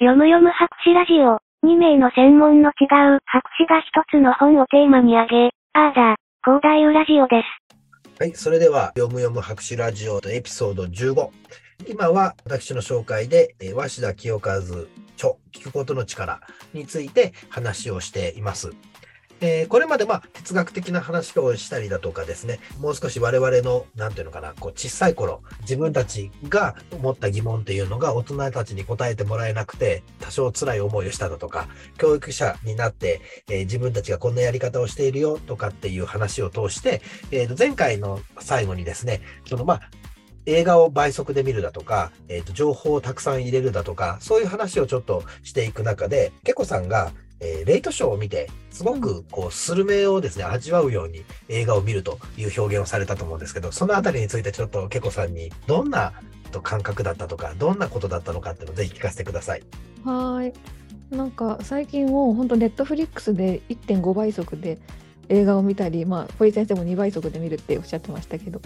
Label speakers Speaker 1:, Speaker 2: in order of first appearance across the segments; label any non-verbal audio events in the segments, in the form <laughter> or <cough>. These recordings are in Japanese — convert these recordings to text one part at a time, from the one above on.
Speaker 1: 読む読む博士ラジオ、2名の専門の違う博士が一つの本をテーマに挙げ、あーだ、広大ウラジオです。
Speaker 2: はい、それでは、読む読む博士ラジオエピソード15。今は私の紹介で、えー鷲田清和著、聞くことの力について話をしています。えーこれまで、まあ、哲学的な話をしたりだとかですね、もう少し我々の、なんていうのかな、こう、小さい頃、自分たちが思った疑問っていうのが大人たちに答えてもらえなくて、多少辛い思いをしただとか、教育者になって、えー自分たちがこんなやり方をしているよとかっていう話を通して、えーと前回の最後にですね、そのまあ、映画を倍速で見るだとか、えーと情報をたくさん入れるだとか、そういう話をちょっとしていく中で、けこさんが、えーレイトショーを見て、すごくこうスルメをですね、味わうように映画を見るという表現をされたと思うんですけど、そのあたりについてちょっとけこさんにどんなと感覚だったとか、どんなことだったのかっていうのをぜひ聞かせてください。
Speaker 3: はーい。なんか最近もう本当ネットフリックスで1.5倍速で映画を見たり、まあ、堀先生も2倍速で見るっておっしゃってましたけど、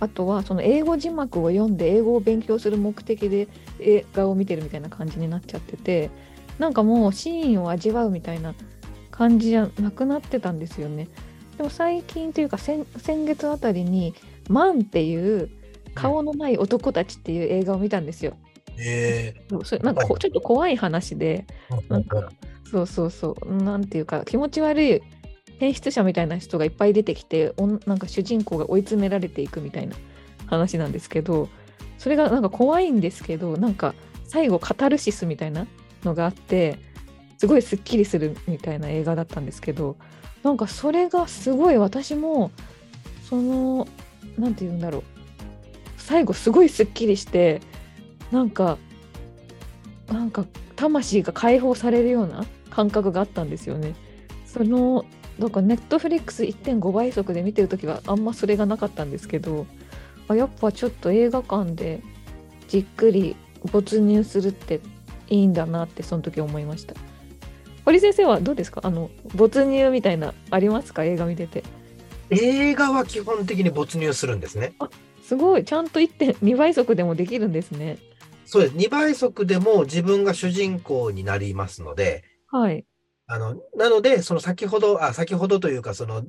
Speaker 3: あとはその英語字幕を読んで英語を勉強する目的で映画を見てるみたいな感じになっちゃってて、なんかもうシーンを味わうみたいな感じじゃなくなってたんですよね。でも最近というか先先月あたりに「マン」っていう顔のない男たちっていう映画を見たんですよ。
Speaker 2: え
Speaker 3: そうそれなんかこうちょっと怖い話で、なんかそうそうそうなんていうか気持ち悪い変質者みたいな人がいっぱい出てきておんなんか主人公が追い詰められていくみたいな話なんですけどそれがなんか怖いんですけどなんか最後カタルシスみたいなのがあってすごいすっきりするみたいな映画だったんですけどなんかそれがすごい私もそのなんて言うんだろう最後すごいすっきりしてなんかなんか魂が解放されるような感覚があったんですよね。そのなんかネットフリックス1.5倍速で見てるときはあんまそれがなかったんですけどあやっぱちょっと映画館でじっくり没入するっていいんだなってその時思いました堀先生はどうですかあの没入みたいなありますか映画見てて
Speaker 2: 映画は基本的に没入するんですね。
Speaker 3: すごいちゃんと1.2倍速でもできるんですね
Speaker 2: そうです。2倍速でも自分が主人公になりますので、
Speaker 3: はい
Speaker 2: あの、なので、その先ほど、あ、先ほどというか、その、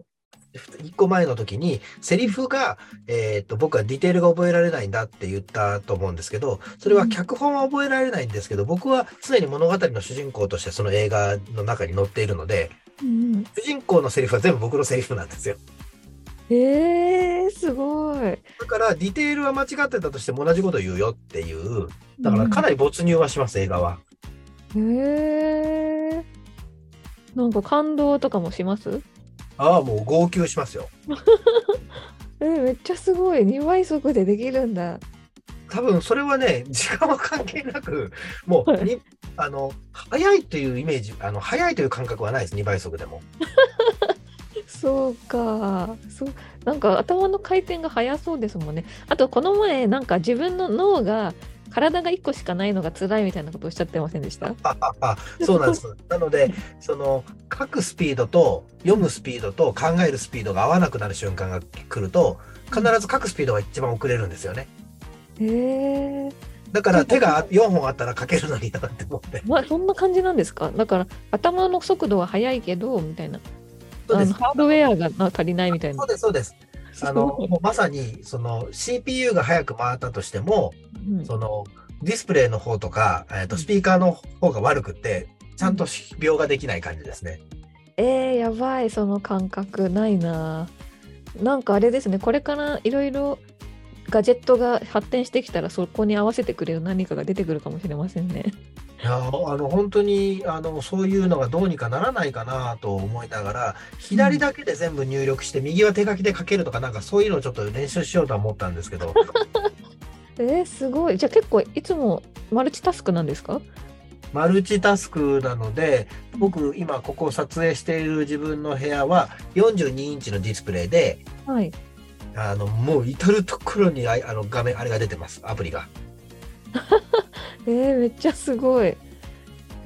Speaker 2: 1個前の時に、セリフが、えっと、僕はディテールが覚えられないんだって言ったと思うんですけど、それは脚本は覚えられないんですけど、僕は常に物語の主人公としてその映画の中に載っているので、
Speaker 3: うん
Speaker 2: 主人公のセリフは全部僕のセリフなんですよ。
Speaker 3: えー、すごい
Speaker 2: だから、ディテールは間違ってたとしても同じこと言うよっていう、だからかなり没入はします、映画は。
Speaker 3: へえ。なんか感動とかもします
Speaker 2: ああ、もう号泣しますよ。
Speaker 3: えめっちゃすごい2倍速でできるんだ。
Speaker 2: 多分それはね、時間は関係なく、もう
Speaker 3: はい
Speaker 2: に、あの、早いというイメージ、あの、早いという感覚はないです、2倍速でも。
Speaker 3: そうかそうなんか頭の回転が速そうですもんね。あとこの前なんか自分の脳が体が1個しかないのが辛いみたいなことおっしゃってませんでした
Speaker 2: あああそうなんです。
Speaker 3: <laughs>
Speaker 2: なので、その、書くスピードと、読むスピードと、考えるスピードが合わなくなる瞬間が来ると、必ず書くスピードが一番遅れるんですよね。
Speaker 3: へえ。
Speaker 2: だから手が4本あったら書けるのになって思って。
Speaker 3: まあそんな感じなんですかだから頭の速度は速いけどみたいな
Speaker 2: そう
Speaker 3: あ
Speaker 2: で
Speaker 3: の
Speaker 2: す。
Speaker 3: ハードウェアがな足りないみたい
Speaker 2: そ
Speaker 3: な
Speaker 2: う。です、そうです。あの、もうまさに、その、CPU が早く回ったとしても、
Speaker 3: うん
Speaker 2: そのディスプレイの方とか、えー、とスピーカーの方が悪くて、ちゃんと秒ができない感じですね。
Speaker 3: えー、やばい、その感覚ないな。なんかあれですね、これからいろいろガジェットが発展してきたら、そこに合わせてくれる何かが出てくるかもしれませんね。
Speaker 2: いやーあの本当にあのそういうのがどうにかならないかなと思いながら、左だけで全部入力して、右は手書きで書けるとか、なんかそういうのをちょっと練習しようとは思ったんですけど、 <laughs>
Speaker 3: えー、すごい。じゃあ結構いつもマルチタスクなんですか
Speaker 2: マルチタスクなので、僕、今、ここ撮影している自分の部屋は、42インチのディスプレイで、
Speaker 3: はい。
Speaker 2: あのもう至る所にあいあの画面、あれが出てます、アプリが。
Speaker 3: えー、めっちゃすごい。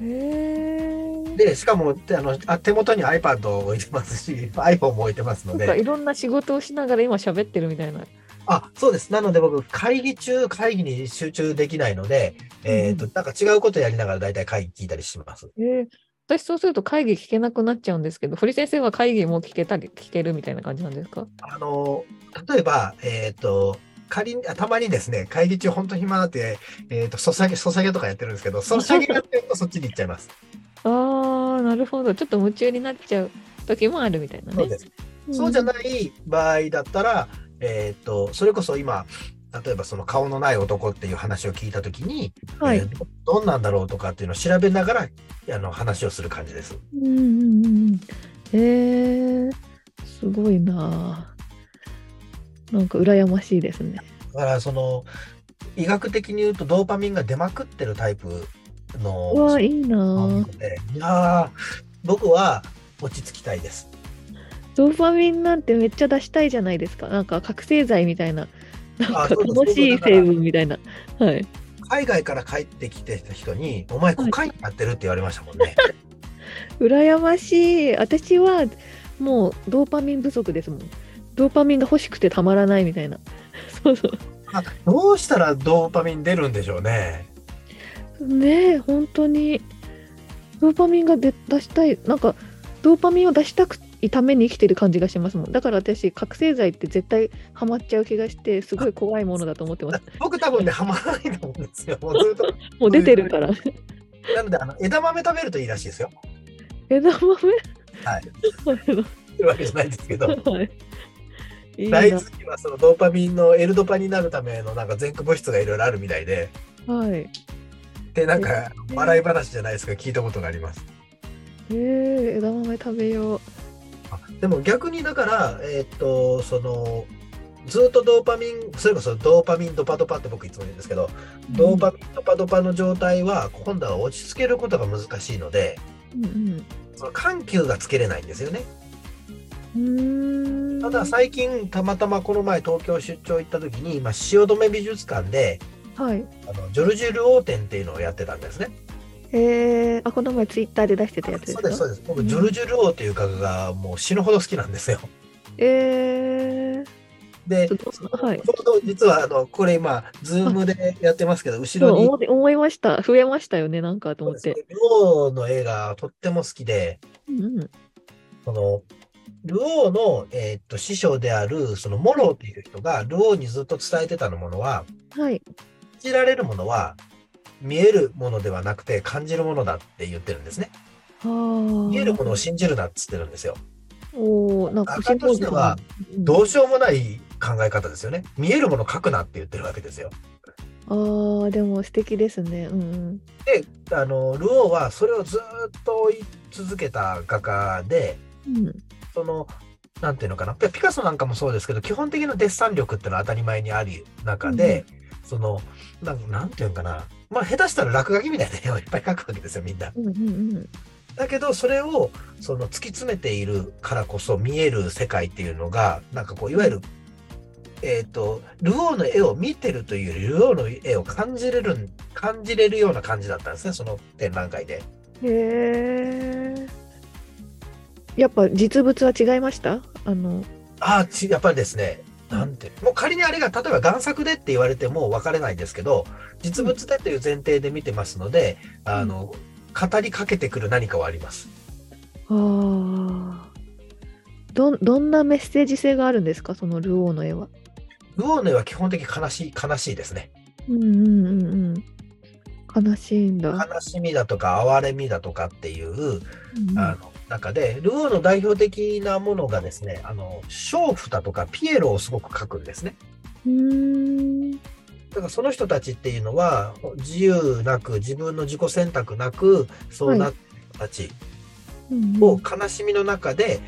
Speaker 3: えー。
Speaker 2: で、しかも、であの、あ手元に iPad <laughs> を置いてますし、iPhone も置いてますの
Speaker 3: なんか
Speaker 2: で、
Speaker 3: いろんな仕事をしながら今喋ってるみたいな。
Speaker 2: あ、そうです。なので僕、会議中、会議に集中できないので、えっ、と、なんか違うことやりながら大体会議聞いたりします。
Speaker 3: えー私そうすると会議聞けなくなっちゃうんですけど、堀先生は会議も聞けたり聞けるみたいな感じなんですか？
Speaker 2: あの、例えば、えっ、と、仮に、あたまにですね、会議中本当暇なって、えっ、と、ソシャゲ、ソシャゲとかやってるんですけど、ソシャゲやってるとそっ <laughs> ちに行っちゃいます。
Speaker 3: ああ、なるほど。ちょっと夢中になっちゃう時もあるみたいなね。
Speaker 2: そうです。そうじゃない場合だったら、えっ、と、それこそ今、例えばその顔のない男っていう話を聞いたときに、
Speaker 3: うんはい。
Speaker 2: えーどどんなんだろうとかっていうのを調べながらあの話をする感じです。
Speaker 3: うんうんうんうん。えー、すごいなあ。なんか羨ましいですね。
Speaker 2: だからその医学的に言うとドーパミンが出まくってるタイプの
Speaker 3: うわいいな
Speaker 2: な
Speaker 3: あ
Speaker 2: の。でいやー僕は落ち着きたいです。
Speaker 3: ドーパミンなんてめっちゃ出したいじゃないですか。なんか覚醒剤みたいな。なん
Speaker 2: あ
Speaker 3: か
Speaker 2: そうそう
Speaker 3: 楽しい成分みたいな。はい。
Speaker 2: 海外から帰ってきてた人に「お前コカインやってる?」って言われましたもん
Speaker 3: <laughs>
Speaker 2: ね。
Speaker 3: 羨ましい。私はもうドーパミン不足ですもん。ドーパミンが欲しくてたまらないみたいな。 <laughs> そうそう。
Speaker 2: あどうしたらドーパミン出るんでしょうね。
Speaker 3: ねえ本当にドーパミンが出出したいなんかドーパミンを出したくいために生きてる感じがしますもんだから私覚醒剤って絶対ハマっちゃう気がしてすごい怖いものだと思って
Speaker 2: <laughs>
Speaker 3: ます
Speaker 2: 僕多分ねハマらないと思うんですよ。もうずっと
Speaker 3: <laughs> もう出てるから
Speaker 2: なのであの枝豆食べるといいらしいですよ。
Speaker 3: 枝豆
Speaker 2: はい <laughs>
Speaker 3: そうなの
Speaker 2: いうわけじゃないんです <laughs> けど。
Speaker 3: はいいいな
Speaker 2: 大豆にはそのドーパミンのエルドパになるためのなんか全物質がいろいろあるみたいで、
Speaker 3: はい
Speaker 2: でなんか笑い話じゃないですか聞いたことがあります。
Speaker 3: えー、枝豆食べよう
Speaker 2: あでも逆にだからえーっとそのずっとドーパミンそれこそドーパミンドパドパって僕いつも言うんですけど、ドーパミンドパドパの状態は今度は落ち着けることが難しいので、
Speaker 3: うん
Speaker 2: その緩急がつけれないんですよね。
Speaker 3: うんうーん
Speaker 2: ただ最近たまたまこの前東京出張行った時に、まあ、汐留美術館で
Speaker 3: はい
Speaker 2: あのジョルジュ・ルオーテンっていうのをやってたんですね。
Speaker 3: えー、あこの前ツイッターで出してたやつです
Speaker 2: そ
Speaker 3: か
Speaker 2: うですそうです僕
Speaker 3: うん
Speaker 2: ジョルジュ・ルオーっていう画家がもう死ぬほど好きなんですよ
Speaker 3: えー
Speaker 2: で
Speaker 3: ちょっとはい
Speaker 2: ちょうど実はあのこれ今ズームでやってますけど後
Speaker 3: そう
Speaker 2: ろに
Speaker 3: 思って思いました増えましたよねなんかと思っ
Speaker 2: そう
Speaker 3: て
Speaker 2: ですルオーの絵がとっても好きで
Speaker 3: うんうん
Speaker 2: そのルオーの、えーっと師匠であるそのモローっていう人がルオーにずっと伝えてたのものは
Speaker 3: はい
Speaker 2: 感じられるものは見えるものではなくて感じるものだって言ってるんですね
Speaker 3: あー
Speaker 2: 見えるものを信じるなっつってるんですよ
Speaker 3: おーなんか
Speaker 2: 画家としては
Speaker 3: うん
Speaker 2: どうしようもない考え方ですよね見えるもの書くなって言ってるわけですよ
Speaker 3: ああでも素敵ですねうん
Speaker 2: であのルオーはそれをずっと追い続けた画家で
Speaker 3: うんうん
Speaker 2: そのなんていうのかなピピカソなんかもそうですけど基本的なデッサン力ってのは当たり前にある中で、そのなんなんていうのかなまあ下手したら落書きみたいな絵をいっぱい描くわけですよみんな。
Speaker 3: うんうんうん
Speaker 2: だけどそれをその突き詰めているからこそ見える世界っていうのがなんかこういわゆる、えー、とルオーの絵を見てるというよりルオーの絵を感じれる感じれるような感じだったんですねその展覧会で。
Speaker 3: へえやっぱ実物は違いましたあの
Speaker 2: ああ、ちやっぱりですね、なんて、もう仮にあれが、例えば贋作でって言われても分かれないですけど、実物でという前提で見てますので、あの、語りかけてくる何かはあります。
Speaker 3: ああどんどんなメッセージ性があるんですかそのルオーの絵は
Speaker 2: ウオーネは基本的に悲しい、悲しいですね。
Speaker 3: うんうんうんうん悲しいんだ
Speaker 2: 悲しみだとか、哀れみだとかっていう、
Speaker 3: うんうん
Speaker 2: あの、中で、ルオーの代表的なものがですね、あの、娼婦だとかピエロをすごく描くんですね。
Speaker 3: うーん
Speaker 2: だからその人たちっていうのは、自由なく、自分の自己選択なく、そうなっている人たち。
Speaker 3: うんうん
Speaker 2: を悲しみの中で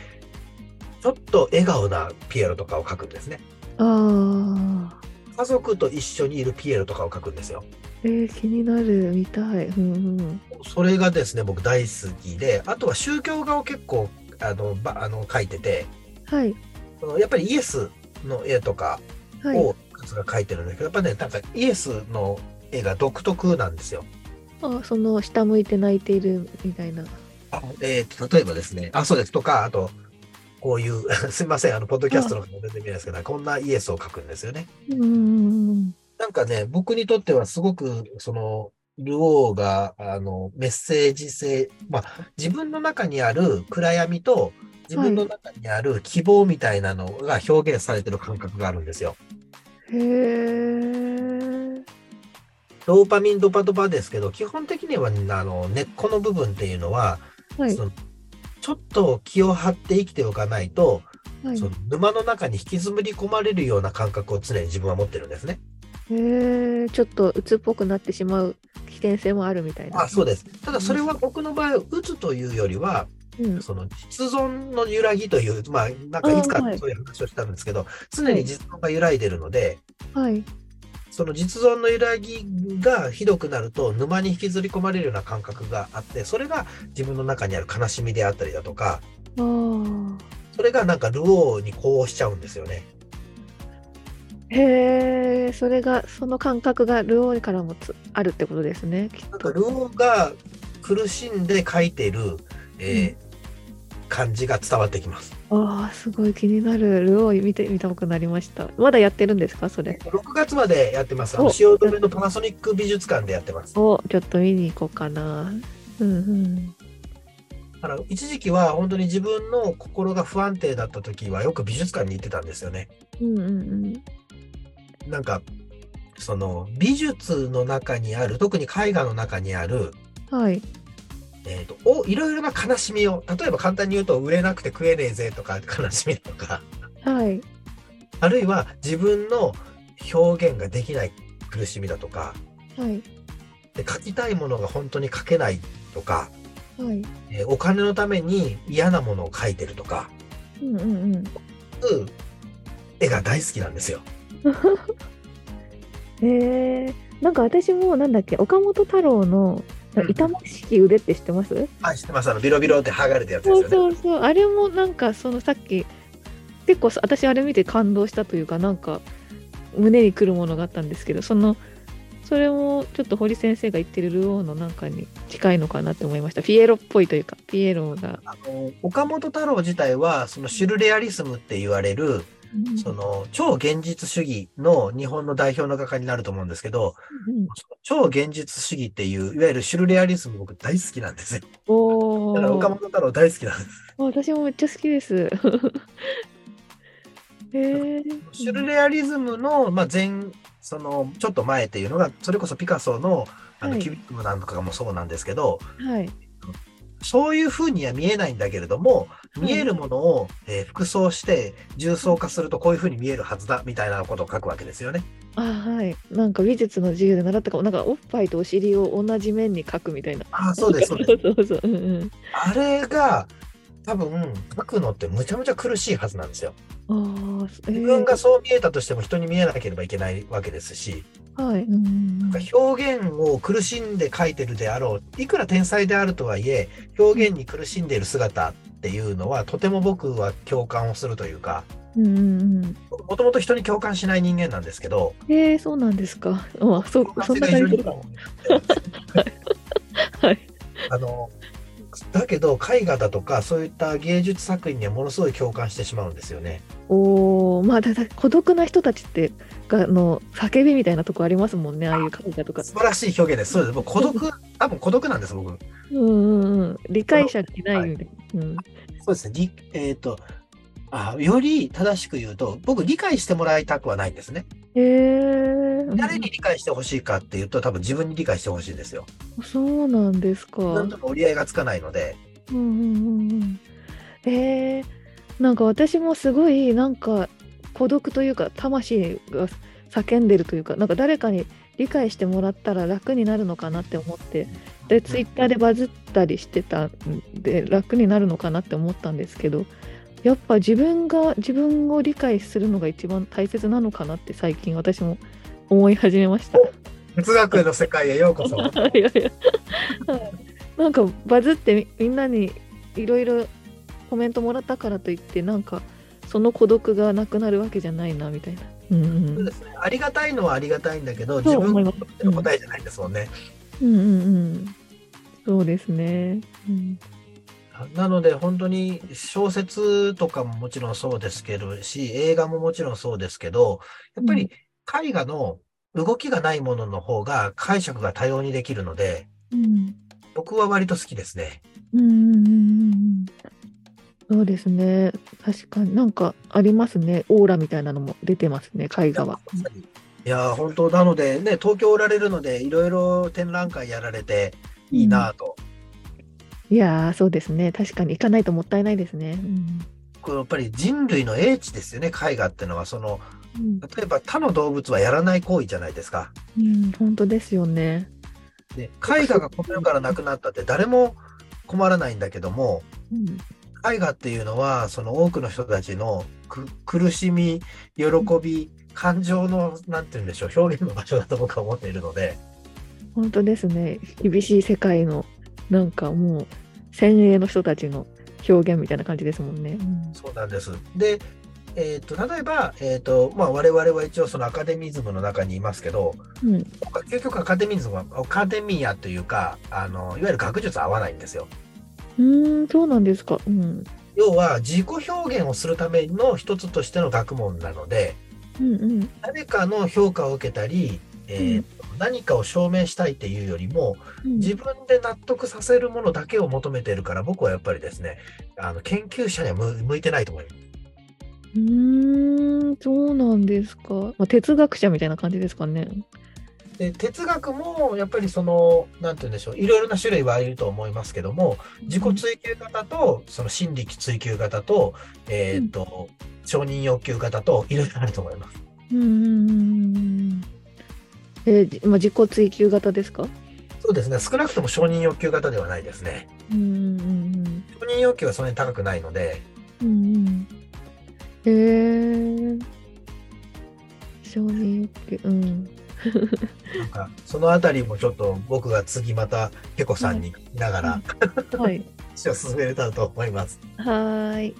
Speaker 2: ちょっと笑顔なピエロとかを描くんですね
Speaker 3: ああ、
Speaker 2: 家族と一緒にいるピエロとかを描くんですよ
Speaker 3: えー、気になる、見たい。うんうん。
Speaker 2: それがですね僕大好きであとは宗教画を結構あのばあの描いてて
Speaker 3: はい、
Speaker 2: そのやっぱりイエスの絵とか
Speaker 3: はい。
Speaker 2: を勝が描いてるんだけど、やっぱねなんかイエスの絵が独特なんですよ
Speaker 3: あ、その下向いて泣いているみたいな。
Speaker 2: あ、えーと例えばですねあそうですとかあとこういう <laughs> すいませんあのポッドキャストの方全然見えないですけどこんなイエスを書くんですよね。
Speaker 3: うん
Speaker 2: なんかね僕にとってはすごくそのルオーがあのメッセージ性、まあ、自分の中にある暗闇と自分の中にある希望みたいなのが表現されてる感覚があるんですよ。
Speaker 3: へえ。
Speaker 2: ドーパミンドパドパですけど基本的にはねあの根っこの部分っていうのは、
Speaker 3: はい
Speaker 2: そ。のちょっと気を張って生きておかないと、
Speaker 3: はい
Speaker 2: その沼の中に引きずり込まれるような感覚を常に自分は持ってるんですね。
Speaker 3: へえ。ちょっと鬱っぽくなってしまう危険性もあるみたいな。
Speaker 2: あそうですただそれは僕の場合打つというよりは
Speaker 3: うん。
Speaker 2: その実存の揺らぎというまあなんかいつか
Speaker 3: あはい
Speaker 2: そういう話をしたんですけど常に実存が揺らいでるので
Speaker 3: はい。
Speaker 2: その実存の揺らぎがひどくなると沼に引きずり込まれるような感覚があってそれが自分の中にある悲しみであったりだとか
Speaker 3: ああ。
Speaker 2: それがなんかルオーに呼応しちゃうんですよね。
Speaker 3: へえ、それが、その感覚がルオーからもつあるってことですね。きっ
Speaker 2: なん
Speaker 3: と
Speaker 2: かルオーが苦しんで書いてる、えー感じが伝わってきます。
Speaker 3: ああ、すごい気になる。ルオー見てみたくなりました。まだやってるんですか、それ。
Speaker 2: 6月までやってます。あの
Speaker 3: お
Speaker 2: 汐留のパナソニック美術館でやってます。
Speaker 3: をちょっと見に行こうかな。うん
Speaker 2: あの一時期は本当に自分の心が不安定だった時はよく美術館に行ってたんですよね。
Speaker 3: うん。うんうん
Speaker 2: なんかその美術の中にある特に絵画の中にある、
Speaker 3: うん。はい。
Speaker 2: えー、とおいろいろな悲しみを例えば簡単に言うと売れなくて食えねえぜとか悲しみとか
Speaker 3: はい。
Speaker 2: あるいは自分の表現ができない苦しみだとか
Speaker 3: はい。
Speaker 2: で書きたいものが本当に書けないとか、
Speaker 3: はい。
Speaker 2: えーお金のために嫌なものを書いてるとか、
Speaker 3: うんうんうん。
Speaker 2: うん絵が大好きなんですよ。
Speaker 3: へえ。なんか私も、なんだっけ、岡本太郎の
Speaker 2: うん
Speaker 3: 痛ましき腕って知ってます、
Speaker 2: はい、知ってます。あのビロビロって剥がれたやつですよ
Speaker 3: そう
Speaker 2: ね。
Speaker 3: そうそうあれもなんかそのさっき結構私あれ見て感動したというかなんか胸にくるものがあったんですけどそのそれもちょっと堀先生が言ってるルオーのなんかに近いのかなって思いましたピエロっぽいというかピエロが、
Speaker 2: あの岡本太郎自体はそのシュルレアリスムって言われるその超現実主義の日本の代表の画家になると思うんですけど、
Speaker 3: うん
Speaker 2: その超現実主義っていういわゆるシュルレアリスム僕大好きなんですよ。
Speaker 3: お
Speaker 2: だから岡
Speaker 3: ー
Speaker 2: 本太郎大好きなんです。
Speaker 3: 私もめっちゃ好きです <laughs> へえ
Speaker 2: シュルレアリズムの、まあ、前そのちょっと前っていうのがそれこそピカソのあ
Speaker 3: は
Speaker 2: の
Speaker 3: い
Speaker 2: キュビックムなんかもそうなんですけど、
Speaker 3: はい
Speaker 2: そういうふうには見えないんだけれども見えるものを、えー複装して重層化するとこういうふうに見えるはずだみたいなことを書くわけですよね。
Speaker 3: あはいなんか美術の授業で習ったかもなんかおっぱいとお尻を同じ面に描くみたいな
Speaker 2: あーそう <laughs> ですそうです。
Speaker 3: <laughs> そうそうそううんうん
Speaker 2: あれが多分書くのってむちゃむちゃ苦しいはずなんですよ。
Speaker 3: ああ、え
Speaker 2: 自分がそう見えたとしても人に見えなければいけないわけですし、
Speaker 3: はい、うん
Speaker 2: なんか表現を苦しんで書いてるであろう、いくら天才であるとはいえ、表現に苦しんでいる姿っていうのはとても僕は共感をするというか、
Speaker 3: うんうんうん。
Speaker 2: もともと人に共感しない人間なんですけど、
Speaker 3: ええそうなんですか。あ、そう、そんな感じするかも。はい。
Speaker 2: あのだけど絵画だとかそういった芸術作品にはものすごい共感してしまうんですよね。
Speaker 3: おお、まあ、だだ孤独な人たちって、が、の、叫びみたいなとこありますもんね。ああいう絵画とか
Speaker 2: 素。晴らしい表現です。そうです。僕孤独、多分孤独なんです、僕。
Speaker 3: うんうんうん。理解者がいないみたいな。うん。
Speaker 2: そうですね。りえっ、とあ、より正しく言うと、僕、理解してもらいたくはないんですね。
Speaker 3: ええ
Speaker 2: 誰に理解してほしいかっていうと、多分自分に理解してほしいんですよ。
Speaker 3: そうなんですか。
Speaker 2: なんとか折り合いがつかないので、
Speaker 3: うんうんうんうんえー、なんか私もすごいなんか孤独というか魂が叫んでるというかなんか誰かに理解してもらったら楽になるのかなって思ってでツイッターでバズったりしてたんで楽になるのかなって思ったんですけどやっぱ自分が自分を理解するのが一番大切なのかなって最近私も思い始めました。
Speaker 2: 哲学の世界へよう <laughs> こそ。
Speaker 3: いやいや <laughs> なんかバズってみみんなにいろいろコメントもらったからといってなんかその孤独がなくなるわけじゃないなみたいな。うんうん
Speaker 2: そうですね。ありがたいのはありがたいんだけど、
Speaker 3: そ
Speaker 2: 自
Speaker 3: う
Speaker 2: 分
Speaker 3: 思い
Speaker 2: の
Speaker 3: ます
Speaker 2: 答えじゃないですもんね。
Speaker 3: うんうんうんそうですね。うん
Speaker 2: なので本当に小説とかももちろんそうですけどし、映画ももちろんそうですけど、やっぱり絵画の動きがないものの方が解釈が多様にできるので、
Speaker 3: うん
Speaker 2: 僕は割と好きですね。
Speaker 3: うんうんうんうんそうですね確かになんかありますねオーラみたいなのも出てますね絵画は。
Speaker 2: いやー本当なのでね、東京おられるので、いろいろ展覧会やられていいなぁと。
Speaker 3: いやーそうですね確かに行かないともったいないですね。
Speaker 2: これやっぱり人類の英知ですよね、絵画ってのは。その、
Speaker 3: うん
Speaker 2: 例えば他の動物はやらない行為じゃないですか。
Speaker 3: うん、本当ですよね。
Speaker 2: で、絵画がこの世からなくなったって誰も困らないんだけども、
Speaker 3: うん
Speaker 2: 絵画っていうのはその多くの人たちのく苦しみ喜び感情のなんて言うんでしょう表現の場所だと僕は思っているので
Speaker 3: 本当ですね厳しい世界のなんかもう先鋭の人たちの表現みたいな感じですもんね。
Speaker 2: そうなんですで、えー、と例えば、えーとまあ、我々は一応そのアカデミズムの中にいますけど
Speaker 3: うん、うん
Speaker 2: 僕は結局アカデミズムはアカデミアというかあのいわゆる学術合わないんですよ
Speaker 3: うーん、そうなんですか。うん、
Speaker 2: 要は自己表現をするための一つとしての学問なので
Speaker 3: うん、うん、
Speaker 2: 誰かの評価を受けたり、えーと何かを証明したいっていうよりも
Speaker 3: うん
Speaker 2: 自分で納得させるものだけを求めているから、僕はやっぱりですね、あの研究者には向向いてないと思います。
Speaker 3: うーん、そうなんですか。まあ、哲学者みたいな感じですかね。
Speaker 2: で哲学もやっぱりその、なんて言うんでしょう、いろいろな種類はいると思いますけども、自己追求型と、その心理追求型と、えっ、と、承認欲求型と、いろいろあると思います。
Speaker 3: うんうんうんうん。えーじまあ、自己追求型ですか。
Speaker 2: そうですね、少なくとも承認欲求型ではないですね。
Speaker 3: うん、うん、
Speaker 2: 承認欲求はそんなに高くないので、
Speaker 3: うん、うん、うん。えー。承認欲求、うん。
Speaker 2: なんか、そのあたりもちょっと僕が次また、ペコさんに聞きながら、
Speaker 3: はい。
Speaker 2: 話を進めれたらと思います。
Speaker 3: はーい。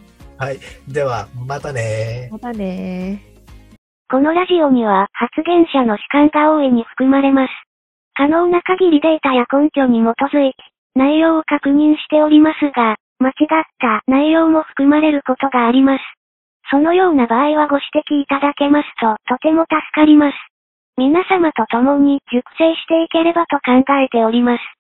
Speaker 2: では、またね
Speaker 3: またねー。
Speaker 1: このラジオには発言者の主観が大いに含まれます。可能な限りデータや根拠に基づいて内容を確認しておりますが、間違った内容も含まれることがあります。そのような場合はご指摘いただけますととても助かります。皆様と共に熟成していければと考えております。